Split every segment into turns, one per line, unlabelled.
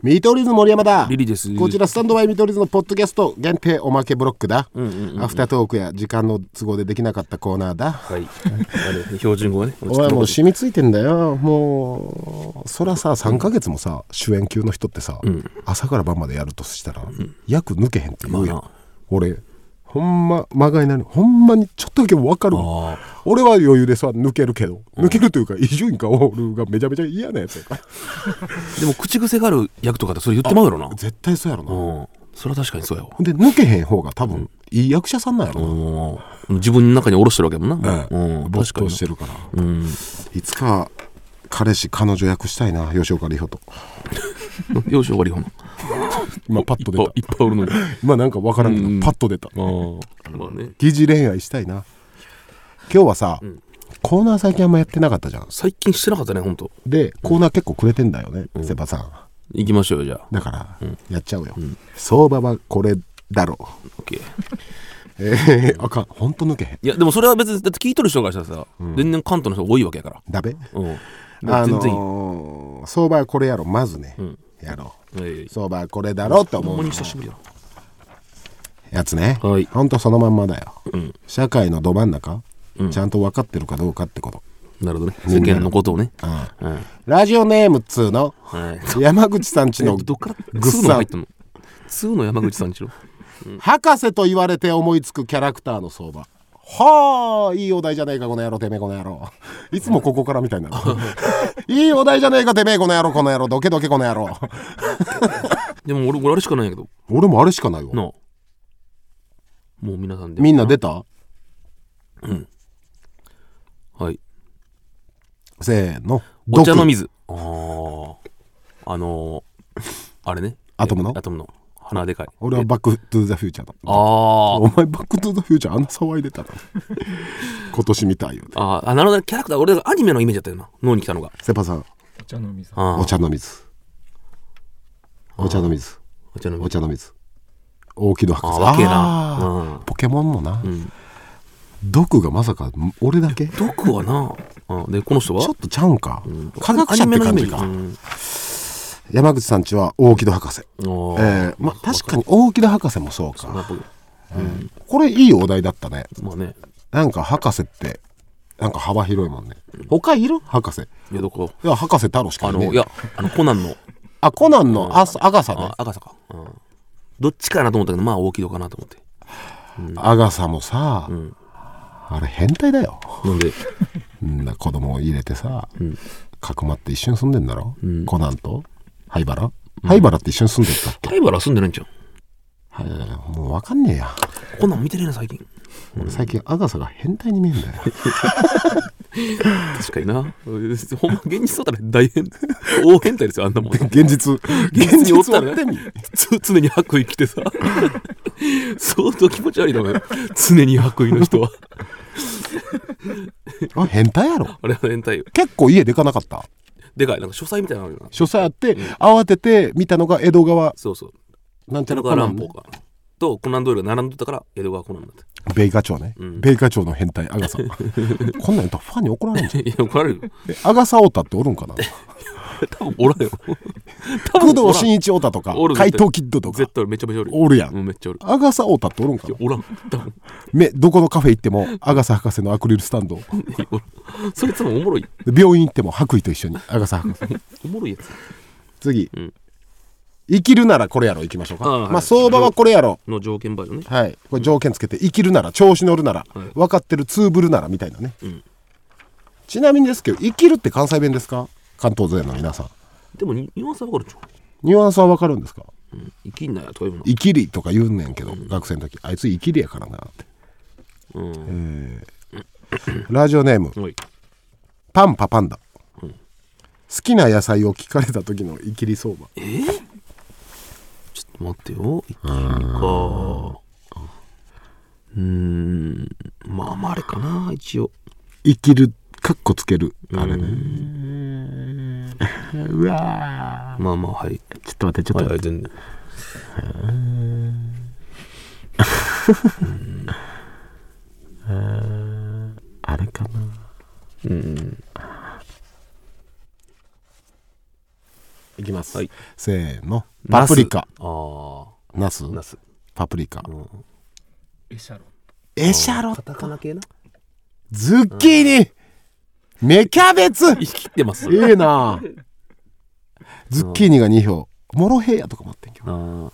見取り図森山だ
リリーです
こちらスタンドバイ見取り図のポッドキャスト限定おまけブロックだ、
うんうんうん
アフタートークや時間の都合でできなかったコーナーだ
はいあの標 準語はね
お前もう染みついてんだよもうそらさ3ヶ月もさ主演級の人ってさ、
うん
朝から晩までやるとしたら、役抜けへんって言うやん、
まあな
俺ほんままがいなのにほんまにちょっとだけ分かるわ
あ
俺は余裕でさ抜けるけど抜けるというか伊集院薫がめちゃめちゃ嫌なやつやから
ーでも口癖がある役とかってそれ言ってまうやろなう
絶対そうやろな、
んそれは確かにそうやわ
ほんで抜けへん方が多分いい役者さんなんやろな、
うん自分の中に下ろしてるわけやもんな、
うん
うん、
没
確か
頭
に
してるから
うん、
いつか彼氏彼女役したいな吉岡里帆と
よし終わりほんま
今パッと出た
いっぱいおる のに
今なんか分からんけど、
うん
パッと出た
まあね
疑似恋愛したいな今日はさ、
ん
コーナー最近あんまやってなかったじゃん
最近してなかったねほんと
でコーナー結構くれてんだよね、セバさん
行きましょうよじゃあ
だから、やっちゃうよ、相場はこれだろう
OK
え ー、あかんほんと抜けへん
いやでもそれは別にだって聞いとる人からしたらさ、全然関東の人多いわけやから
ダメ
うん
あ
全然いい、
のー相場はこれやろまずね、やろう
ええ
相場はこれだろうと
ほん
思
ま
う
に久しぶりやな
やつね、
はい
ほんとそのまんまだよ、
うん
社会のど真ん中、
うん
ちゃんと分かってるかどうかってこと、
なるほどね世間のことをね、
うん
うん
ラジオネームっつうの
はい
山口さんちの
どっから
ぐっ
通の
さ
入
ん
ったの通の山口さん ちの
博士と言われて思いつくキャラクターの相場はあいいお題じゃねえかこの野郎てめえこの野郎いつもここからみたい ないいお題じゃねえかてめえこの野郎この野郎どけどけこの野郎
でも俺俺あれしかないんやけど
俺もあれしかないわ
なあもう皆さんで
みんな出た
はい
せーの
お茶の
毒
水あーあのー、 あれね
アトムの
アトムの鼻でかい
俺はバックトゥザフューチャーだ
あー
お前バックトゥザフューチャーあんな騒いでたの今年みたいよね
あーあなるほどねキャラクター俺アニメのイメージだったよな脳に来たのが
セパさん
お茶飲みさん
あー
お茶の水お茶の水
お茶の
お
水
茶の水大木戸博
あ
士
ーわけえ
あー
な
ポケモンもな、
うん、うん、
毒がまさか俺だけち
毒はなあでこの人は
ょっとちゃうんか、
うん
科学者って感じか
アニメのイメージ
山口さんちは大木戸博士
う
え
んあー
ーまあ確かに大木戸博士もそう
ま
か
あ僕
これいいお題だったね
まあね
なんか博士ってなんか幅広いもんね他いる博士い
いやどこ
や博士太郎しか
あ
い
の、
ねえ
いやあのコナンの
あコナンのあアガサね
あ赤坂、うん、どっちかなと思ったけどまあ大きいのかなと思って
アガサもさ、
ん
あれ変態だよ
なんで
んな子供を入れてさ、
うん
かくまって一緒に住んでんだろ、
うん
コナンと灰原灰原って一緒に住んでたっけ、
貝原住んでないんじゃん
はいはいはいもう分かんねえや
こんなん見てねえな最近
俺最近アガサが変態に見えんだよ
確かになほんま現実そうだね大変大変態ですよあんなもん
現実現
現実にお
実
った
や
らね
ってみ
つ常に白衣着てさ相当気持ち悪いだろうね常に白衣の人は
あ変態やろ
あれは変態よ
結構家でかなかった
でかいなんか書斎みたいなのあるよな
書斎あって、慌てて見たのが江戸川
そうそう
なんちゃ
寺
ら
川
コナン
乱
ね
歩かとコナンドイルが並んどったから江戸川コナンだって
米花町ね、
うん
米花町の変態ア ガサこんなん言ったらファンに怒られんじ
いや怒られるよ
ゃんえアガサオタっておるんかな
多分おらんよ 多分
工
おらん
藤新一オタとか
おる
怪盗キッドとか
絶対めちゃめちゃおるよ
おるやん
うんめっちゃおる
アガサオタっておるんか
い
な
やおらん多分
めどこのカフェ行ってもアガサ博士のアクリルスタンドで
いやおらんそいつもおもろい
病院行っても白衣と一緒にアガサ博士
おもろいやつ
次、
うん
生きるならこれやろ行きましょうか
ああはい
まあ相場はこれやろ
の条件バージョンね
はいこれ条件つけて生きるなら調子乗るなら、
はい
分かってるツーブルならみたいなね、
ん
ちなみにですけど生きるって関西弁ですか関東勢の皆さん
でもニニュアンスは分かるでし
ニュアンスは分かるんですか
ょ、うん、生きんなやとか言うの
生きりとか言うんねんけど、学生の時あいつ生きりやからなって、
うん
ラジオネーム
おい
パンパパンダ、好きな野菜を聞かれた時の生きり相場
ちょっと待ってよ生きるかうーんまあまああれかな一応
生きるかっこつけるあれねうわ
まあまあはい
ーちょっと待ってちょっ
は
と待っ
いはい全然
てあれかな
うん
いきます、
はい
せーのパプリカ
あ
ナス
あナス
パプリカ、
うん
エシャロン
エシャロ
カタカナ系な
ズッキーニ、芽キャベツ
生きてます
いいなズッキーニが2票モロヘイヤとか持ってんけど
あー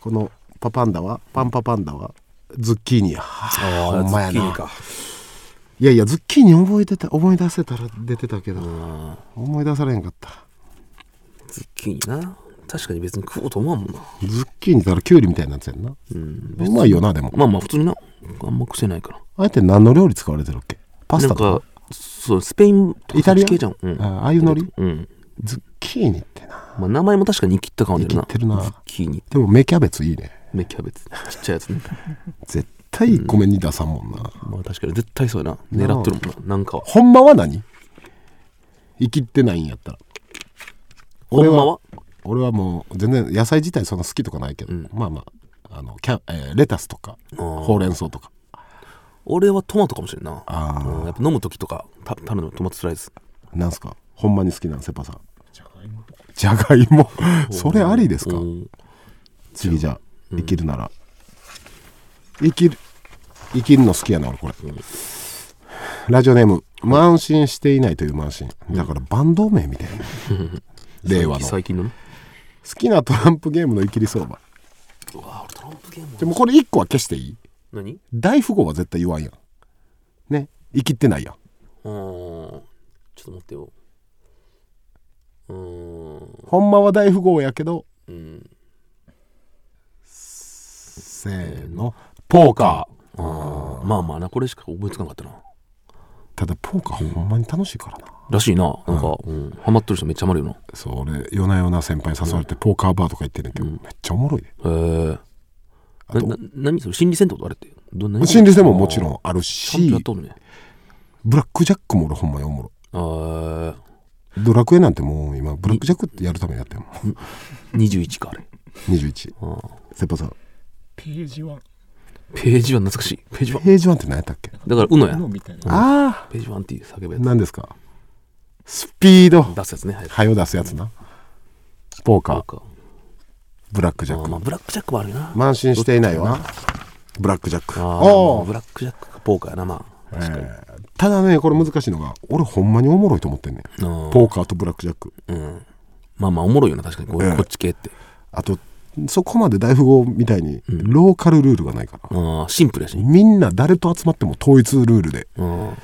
このパパンダはパンパパンダはズッキーニや
あ
ほ
ー
ん
ズ
ま
ッ
や
キーニ
な
か
いやいやズッキーニ覚えてた思い出せたら出てたけど、
うん
思い出されへんかった
ズッキーニな確かに別に食おうと思わんもんな
ズッキーニだからキュウリみたいになってんな
うん
うまいよなでも
まあまあ普通になあんま癖ないから
あえて何の料理使われてるっけパス
な
タ
ん
と
か
か
そうスペインとか
イタリア
そっち系じゃん、うん、
あああいうノリ
うん
ズッキーニってな
まあ、名前も確かに生きった感じだな
生きってるな
ズッキーニ
でも芽キャベツいいね
芽キャベツちっちゃいやつ ね
絶対1個目に出さんもんな、
まあ確かに絶対そうやな狙っとるもんななんか
ほんまは何生きてないんやったら
ほんまは
俺はもう全然野菜自体そんな好きとかないけど、まあまああのキャ、えーレタスとか
ー
ほうれん草とか
俺はトマトかもしれんな
あー
うんやっぱ飲む時とかたたるのトマトスライス
なんすかほんまに好きなんセパさん
じゃがいも
じゃがいもそれありですか
うん
次じゃあ生きるなら、生きる生きるの好きやな俺これ、ラジオネーム慢心していないという慢心だからバンド名みたいな令和の好
最近のね
きなトランプゲームの生きり相場
うわ俺トランプゲーム
でもこれ1個は消していい
何
大富豪は絶対言わんやんね生きってないやん
うーんちょっと待ってようーん
ほんまは大富豪やけど
うん
せーのポーカー
あーまあまあなこれしか覚えつかなかったな
ただポーカーほんまに楽しいからな
らしいななんか、うんハマっとる人めっちゃハマるよな
そう俺夜な夜な先輩に誘われてポーカーバーとか行ってんねんけど、めっちゃおもろいで
へえ。な、な、何それ心理戦ってことあれって。どんな
心理戦ももちろ
ん。
んある
ちゃんと
し
やっとるね。
ブラックジャックも俺ほんまにおもろ
あー
いドラクエなんてもう今ブラックジャックってやるためにやってんもん
21か、あれ。
21
あー
セパさん
ページワン
ページは懐かしい。ページは。
ページ1って何やったっけ
だから、うのや。
のみたいな
あ
ページワンっていう叫ぶ
あ
や
何ですかスピード
つ。出すやつね。はい。
はよ出すやつなポーカ
そう
ー
か。
ブラックジ
あ
ャッ
ー
ク
まあ、ブラックジャックもあるよな。
慢心していないわブラックジャック
あ
お
あ、
う
ブラックジャックかポーカーやな、まあ。確かに。
ただねこれ難しいのが俺ほんまにおもろいと思ってんねん
うん
ポーカーとブラックジャック
うん。まあまあ、おもろいよな、確かに。こう
ええ
こっち系って。
あとそこまで大富豪みたいにローカルルールがないから、
ああ、シンプルやし。
みんな誰と集まっても統一ルールで
うん。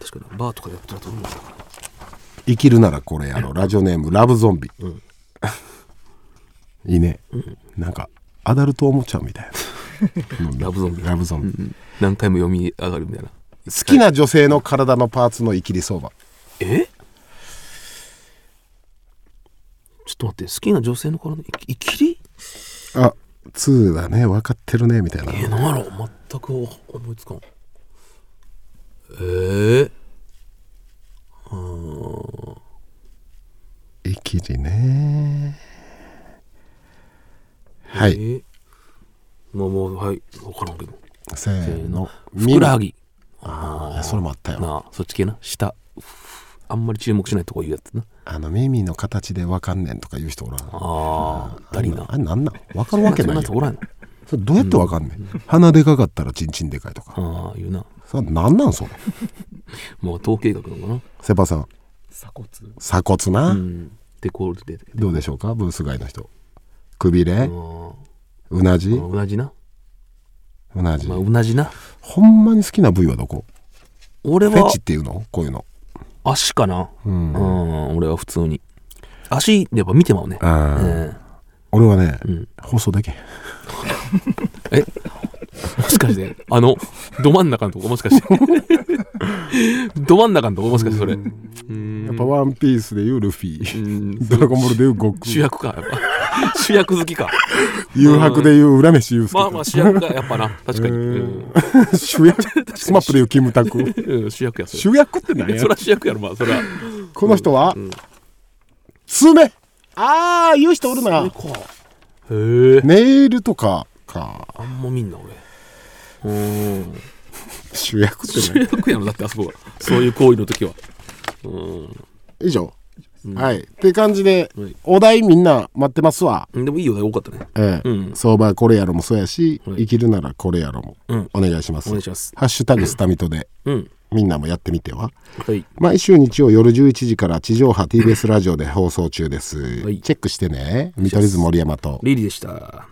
確かに、バーとかでやってると思うんだから。
生きるならこれやろラジオネームラブゾンビ、いいね、なんかアダルトおもちゃみたいなうん
ラブゾンビ
ラブゾンビ、好
何回も読み上がるみたいな。
きな女性の体のパーツの生きり相場
えちょっと待って好きな女性の頃のいいきり
あ2だね分かってるねみたいな
えー、なんやろ全く思いつかんえー、
生きりねはい、
えー、まあまあはい分からんけど
せーの
ふくらはぎ
あーそれもあったよ
なあそっち系な下あんまり注目しないとこ言うやつな
あの耳の形で分かんねんとか言う人おらん
ああだりな
あれなんなん分かるわけ
そん
ないよ
なやつおらんの
それどうやって分かんねん、鼻でかかったらチンチンでかいとか
ああ言うな
それなんなんそれ
まあ統計学なのか
セパさん
鎖骨
鎖骨な、
なうんってこうで
どうでしょうかブース外の人くびれ
あ
うなじ
あ同じな
うなじ
まあ同じな
ほんまに好きな部位はどこ
俺
フェ
は
チっていうのこういうの
足かなうん、俺は普通に足やっぱ見てまうね、
あー
え
俺はね、放送できへん
ええもしかしてあのど真ん中のとこもしかして ど真ん中のとこもしかしてそれ
やっぱワンピースでいうルフィ、
うん
ドラゴンボールでいう悟
主
空
役かやっぱ主役好きか
誘白でいう浦飯祐介
まあまあ主役かやっぱな確かに、うん
主役スマップでいうキムタク
うん主役やそ れ
主役って何や
そりゃ主役やろまあそりゃ
この人は、爪ああ言う人おるな
こうへえ
ネイルとかか
あんま見んな俺うん
主役って
主
ね
役やろだってあそこがそういう行為の時は
以上はいって感じで、
はい
お題みんな待ってますわ、
でもいいよね、多かったね。
ええ
うん
相場これやろもそうやし、
はい
生きるならこれやろも、
うん
お願いします
お願いします
ハッシュタグスタミトで
うん。
みんなもやってみては
はい。
毎週日曜夜11時から地上波 TBS ラジオで放送中です、
はい
チェックしてね見取り図森山と
リリーでした。